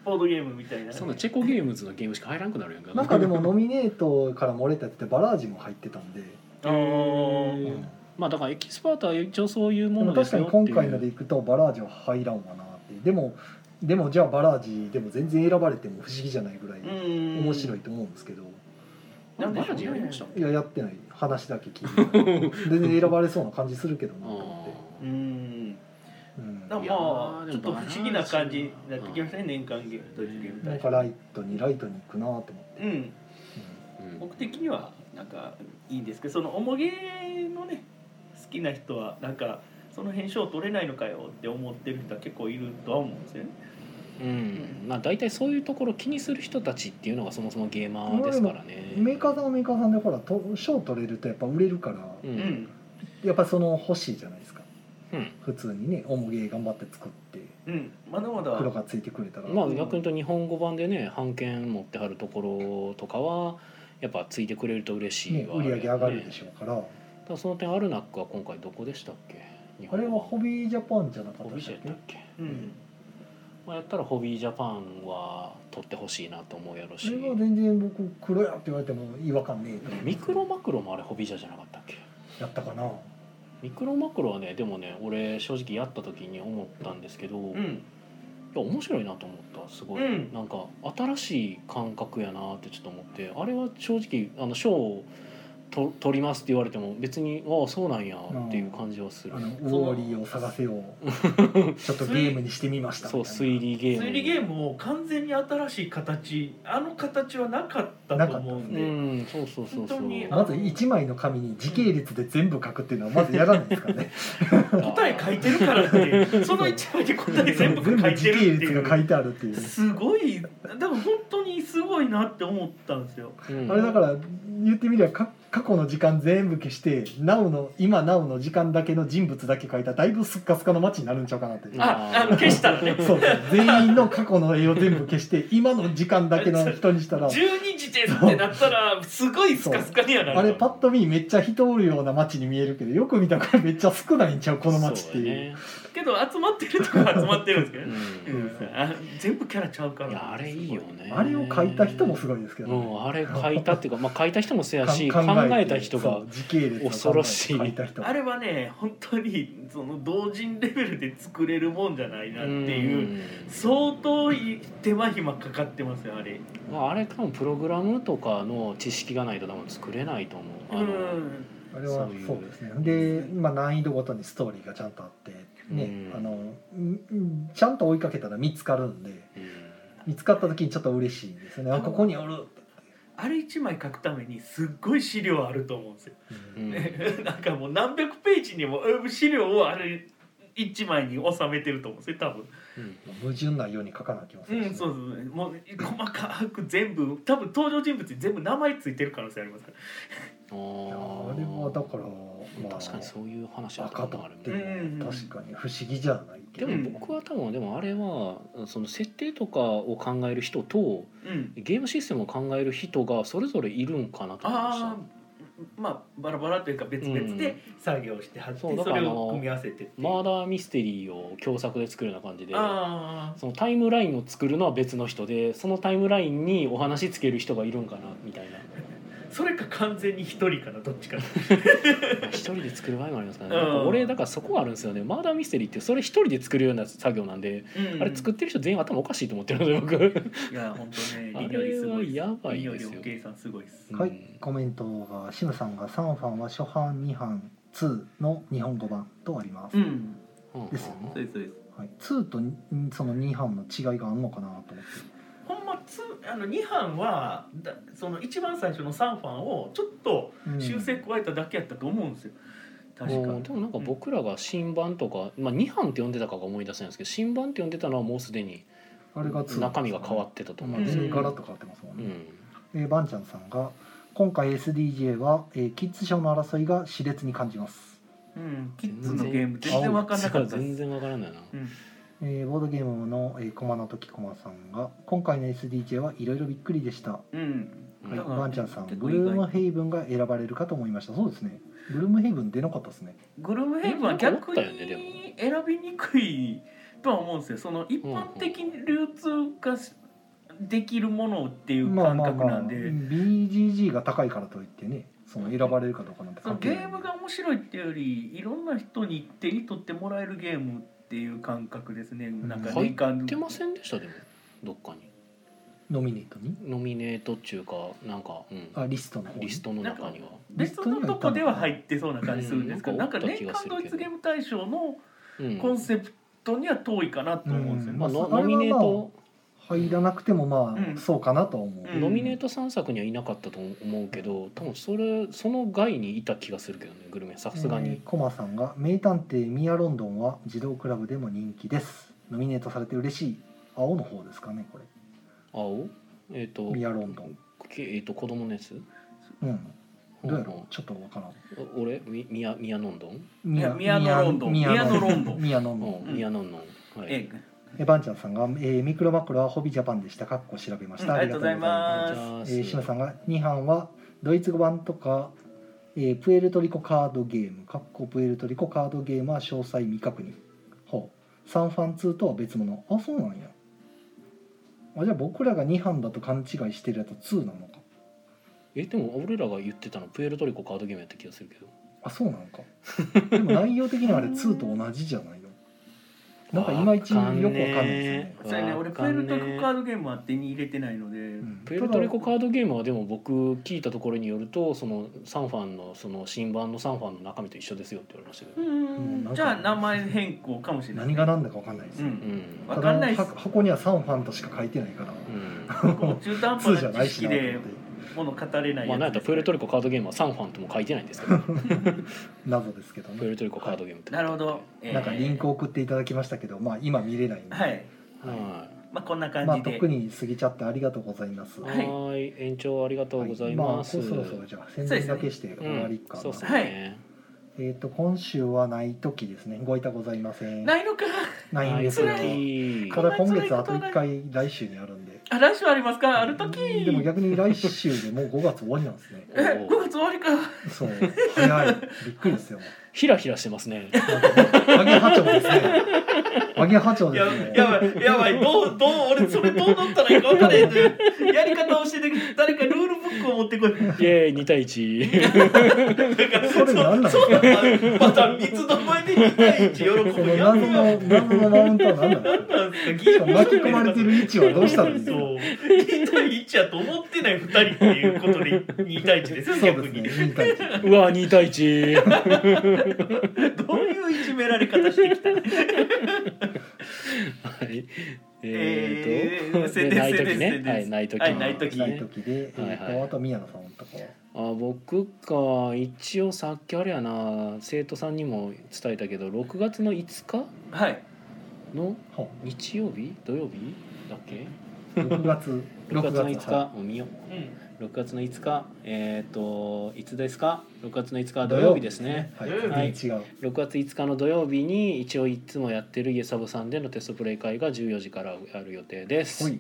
ボードゲームみたいな
そんなチェコゲームズのゲームしか入らんくなるやんか
なんかでもノミネートから漏れたってバラージも入ってたんで、
あ
う
ー
ん
うん
まあだからエキスパートは一応そういう
で
も
も
ので
確
す
か
よ
に
っていう
今回のでいくとバラージは入らんわなっていうでもでもじゃあバラージでも全然選ばれても不思議じゃないぐらい
うん
面白いと思うんですけど、
あバラジやりました
いややってない話だけ聞いて 全然選ばれそうな感じするけどな
あ
と思って。
う
ー
ん
うん
だ
い
か
や
らま
ー
あち
で
ょっと
も
不思議な感じになってきましたね年間ゲームドイツゲーム
なん
大
か
賞
ライトにライトに行くなと思って、
うん
う
うん
僕的にはなんかいいんですけどその重げのね好きな人はなんかその辺賞取れないのかよって思ってる人は結構いるとは思うんですよね
うんまあ大体そういうところ気にする人たちっていうのがそもそもゲーマーですからね
んメーカーさんはメーカーさんでほらと賞取れるとやっぱ売れるから、
うん、
う
うん
ん
やっぱその欲しいじゃないですか
うん
普通にね重げ頑張って作って
うんまだまだ
黒がついてくれたら、
まあ逆に言うと日本語版でね版権持ってはるところとかはやっぱついてくれると嬉しい
ね、
わ、
売り上げ上がるで
ょ
しょうから、
だからその点アルナックは今回どこでしたっけ日
あ
本
れは
版
ホビージャパンじゃなかっ
ホ
た
ビ
で
ー
し
ジ
たっ
ャ
け
だっけ、
うん
まあ、やったらホビージャパンは取ってほしいなと思うやろし
それは全然僕黒やって言われても違和感ねえと思うんで
ミ
す
ク
けど
ロマクロもあれホビージャじゃなかったっけ
やったかな
ミクロマクロはねでもね俺正直やった時に思ったんですけど、
う
いや
ん
面白いなと思ったすごい、
うん
なんか新しい感覚やなってちょっと思ってあれは正直あの賞をと取りますって言われても別にああそうなんやっていう感じはする、
あのウ
その
ォーリーを探せよう ちょっとゲームにしてみました
そう
みたい
推
な
理ゲーム
推理ゲームを完全に新しい形あの形はなかったと思うんで
うんそうそうそうそう
本当に
まず1枚の紙に時系列で全部書くっていうのはまずやらないですからね
答え書いてるから ってその一枚で答え 全部書いてるって
全部
い
時系列が書
う
いてあるっていう
すごいでも本当にすごいなって思ったんですよ
うん
あれだから言ってみればか過去の時間全部消してなおの今なおの時間だけの人物だけ書いたらだいぶスッカスカの街になるんちゃうかなっていう
ああの消したらね
そうそう全員の過去の絵を全部消して今の時間だけの人にした ら
12時ですってなったらすごいスカスカにはなる
あれパッと見めっちゃ人おるような街に見えるけどよく見たらこれめっちゃ少ないんちゃうこの街っていう
そ
けど集まってるとこは集まってるんですけ
うや
ど
ね
ね、
うん
うんあ全部キャラちゃうから
いやあれいいよね
あれれを書いた人もすごいですけど
う
ね、
ん、あれ書いたっていうか、まあ、書いた人もせやし考
か
えた人
そ
が
う時系列を考えて
恐ろしい
書いた人
あれはね本当にその同人レベルで作れるもんじゃないなっていう相当い手間暇かかってますよあれ
うんまあ、あれ多分プログラムとかの知識がないと多分作れないと思うあ
う
の、
ん
あれは
そういう
そうですねで、まあ、難易度ごとにストーリーがちゃんとあってね、
うん
あのうんうんちゃんと追いかけたら見つかるんで
うん
見つかった時にちょっと嬉しいんですよねあここにおる、
あれ一枚書くためにすっごい資料あると思うんですよ、
う
うん
ん
なんかもう何百ページにも及ぶ資料をあれ一枚に収めてると思うんですよ多分
うん
矛盾ないように書かなきゃいけませ
うん、そうそうそうもう細かく全部多分登場人物に全部名前ついてる可能性ありますから
あ
いや
ー
あれはだから、まあ、
確かにそういう話あっ
赤
たこと
と
もあ
っ
るみ
て
たいな
うん
確かに不思議じゃないけ
で
ど、
うん
も僕は多分でもあれはその設定とかを考える人と
うん
ゲームシステムを考える人がそれぞれいるんかなと思いました
ああまあバラバラというか別々で作業してはって、
そうだ
そ
から
れを組み合わせてっていう
マーダーミステリーを共作で作るような感じで
あ
そのタイムラインを作るのは別の人でそのタイムラインにお話つける人がいるんかなみたいな
あそれか完全に一人かなどっちか
まあ一人で作る場合もありますからね
うん
なんか俺だからそこはあるんですよねマーダーミステリーってそれ一人で作るような作業なんであれ作ってる人全員頭おかしいと思ってるので僕
いや本当ね
あ
リニョリすごい
れはやばい
リニョ
です
リ
よ
お計算すごいです
はい
うん
コメントがシムさんが3版は初版2版2の日本語版とあります、
うん
うん
ですよ
そうですそうです
はい、2とにその2版の違いがあるのかなと思って
ほんまつあの2版はだその一番最初の3版をちょっと
うん
修正加えただけやったと思うんですよ確か
うんでもなんか僕らが新版とか、まあ、2版って呼んでたかが思い出せないんですけど新版って呼んでたのはもうすでに
あれが2
中身が変わってたと
て
思
ま
う
あ
んですよ、
う
全
ん
ガラッと変わってますもん
う
ね、
ん
えー、ばんちゃんさんが「今回 SDJ は、えーキッズ賞の争いが熾烈に感じます」
うんキッズのゲーム全然わかんなかったで
全
す、
然わからんのよな、
うん、
えーボードゲームの、えー、駒の時駒さんが「今回の SDJ はいろいろびっくりでした」
うん
うん
はい、
だから
ワンちゃんさん、
結
ブ
構
ルー
意
ム
外
ヘイブンが選ばれるかと思いました。そうですね。ブルームヘイブン出なかったですね。
グルムヘイブンは逆に選びにくいとは思うんですよその一般的に流通化しできるものっていう
まあ
感
まあ
覚
ま
な
あ、
んで、
BGG が高いからといってね、その選ばれるかどうかなんて
その
関
ゲ
係ない
ームが面白いっていうよりいろんな人に手に取ってもらえるゲームっていう感覚ですねなんか
入
年間
ってませんでしたでもどっかに
ノミネートに、
ノミネートっていうかなんか、うん
あリストの方に
リストの中には
別のとこでは入ってそうな感じするんですけど、
うん
なんか年間ドイツゲーム大賞の
うん
コンセプトには遠いかなと思うんですよね、
うん
まあ、の
まあ
ノミネート、
入らなくてもまあ、
うん
そうかなとは思う。
うん
ノミネート3作にはいなかったと思うけど多分それその外にいた気がするけどねグルメさすが
え
に
ー、コマさんが名探偵ミアロンドンは児童クラブでも人気です。ノミネートされて嬉しい。青の方ですかね、これ。
青えっ、と
ミアロンドン。
けえっ、と子供のやつ
うん。どうやろう。ちょっとわからん。
うんうん俺みミヤミヤノンドン
ミ
いやミアノロンドンミアノロンドン
ミアノンドン。
うん、ミヤノンノン、はい、
ええ
えバンちゃんさんが、えーミクロマクロはホビジャパンでした。かっこ調べました。
うんありがとうござい
じ
ま
ゃあ、
す。えー、シムさんが2版はドイツ語版とか、えープエルトリコカードゲーム、かっこプエルトリコカードゲームは詳細未確認。ほう。サンファン2とは別物。あ、そうなんや。あじゃあ僕らが2版だと勘違いしてるやつ2なのか。
えでも俺らが言ってたのプエルトリコカードゲームやった気がするけど
あ、そうなのか。でも内容的にはあれ2と同じじゃないの。なんかいまいちよくわかんないですね。
そうやね俺プエルトリコカードゲームは手に入れてないので、
うん
プエルトリコカードゲームはでも僕聞いたところによるとそのサンファンのその新版のサンファンの中身と一緒ですよって言われましたけど、
うんじゃあ名前変更かもしれない
何が何だかわかんないです
う
ね。
うんん
わかんないっす
ただは箱にはサンファンとしか書いてないから。
うん、
こう中途半
通
端
じゃ
な
ないし
知識
なと思って
で物語れない
まあなんやったら
やつです
プエルトリコカードゲームはサンファンとも書いてないんですけど
謎ですけど
プエ
ね
ルトリコカードゲームって
なるほど、えー
なんかリンク送っていただきましたけど、まあ今見れないんで、
はい
は
まあこんな
まあ
感じで、
特に過ぎちゃってありがとうございます。
い、
はい
はーい、延長ありがとうござい
まあ
ます、
そろそろそろじゃあ宣伝だけして終わりかな。
そうです
は
ね、
えっ、と今週はない時ですね。ごいたございません。
ないのか
ないん
はい、
ですよ。
辛
い
ただ今月あと一回来週にあるんで、
あ来週ありますかある時
でも逆に来週でもう5月終わりなんですね
え5月終わりか
そう早いびっくりですよ
ひらひらしてますね
和牛波長ですね和牛波長で
や
すね
やばいやばいどうどう俺それどう乗ったらいいか分からへんのよやり方を教えて誰かルールブックを持ってこい
イエーイ2対1
それ何なの
そそうだったまた三つどもえで2対1喜
こ
ぶ
の
やつ
謎
が
の謎のマウントは何なの
なんですか
しかも巻き込まれてる位置はどうしたんですか
そう2対1やと思ってない2人っていうことで2対1ですよ
そう
逆
です
に、
ね忍耐値
うわ2対1
どういういじめられ方してきた
はい
え
え
ー
ー、と、で
宣伝
ない時
宣
ね、
伝
はい、ない時、
はいない時
ない時で、え
はい
ー、
はい
とあと宮野さんとかは
あ僕か一応さっきあれやな生徒さんにも伝えたけど6月の5日
はい
の
は
日曜日土曜日だっけ
6月
6月の5日、
は
もう見よ
うん
う6月の5日えっ、といつですか6月の5日は土曜日ですね
はい、
う
全
ん
然違う
6月5日の土曜日に一応いつもやってるイエサブさんでのテストプレイ会が14時からやる予定です
ほ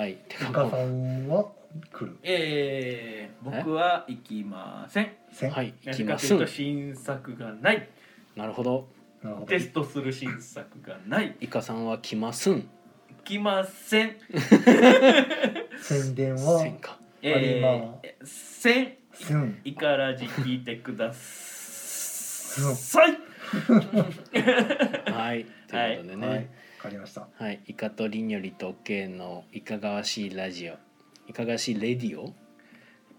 はい
い
て
ゆ
か
か
も
さんは来る
えー、僕は行きません
せ
うんはい行
な
き
ぜ
ま
かと
す
いうと新作が ない
なるほど
なるほど
テストする新作がない
イカさんは来ますん
行きません
宣伝は
せんか
えー、せん
せん
イカラジ聞いてください
はいということでね、
はいわかりました
はい、イカとりんよりとけいのいかがわしいラジオ。いかがわしいレディオ。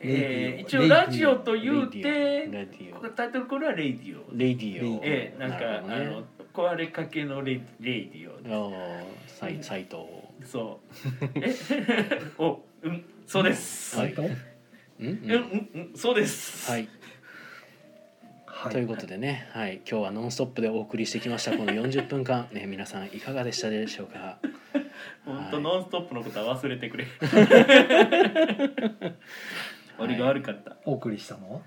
えー、
レディオ
一応ラジオと
レデ
言う
ィオ
て
レディオ。
タイトルコールはレディオ
レディオ。
ええなんか、
るほど
あ
ね
の壊れかけのレレディオで
おー、さい、斎藤。
すそうえ おうんそうです、
は
はいい
うん、
う
うん
んうんうんそうです
はい、
は
という
い
ことでね、はい、今日はノンストップでお送りしてきました。この40分間、ね、皆さんいかがでしたでしょうか。
本当、
はい
ノンストップのことは忘れてくれ俺が悪かった、
お送りしたのは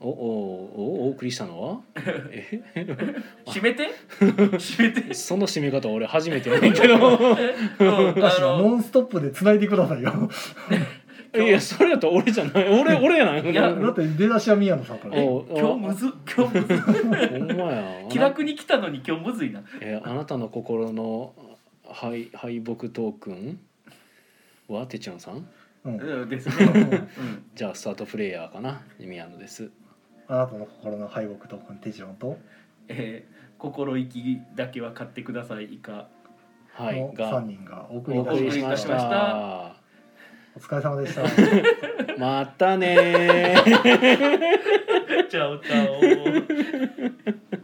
お、お、お、お送りしたのは。え、
閉め て閉めて
その締め方、俺初めてやねんけど。
うん
私
あ
は
の
ノンストップで繋いでくださいよ
いや、それだと俺じゃない、俺、俺やない。
い や
だって出だしは宮野さんから
おお
今日むず今日むず
ほんまや。
気楽に来たのに今日むずいな
えーあなたの心の敗敗北トークンはてちゃんさん
うん
うんです
う
ね、
ん
うん、
じゃあスタートプレイヤーかな宮野です
あなたの心の敗北とコンテジロンと
えー、心意気だけは買ってください以 下
はい
の
が
三人がお送り
お
いた
送りし
し
ま
ま
し
したた。
ま
お疲れ様でした。
たねー
チャオチャオ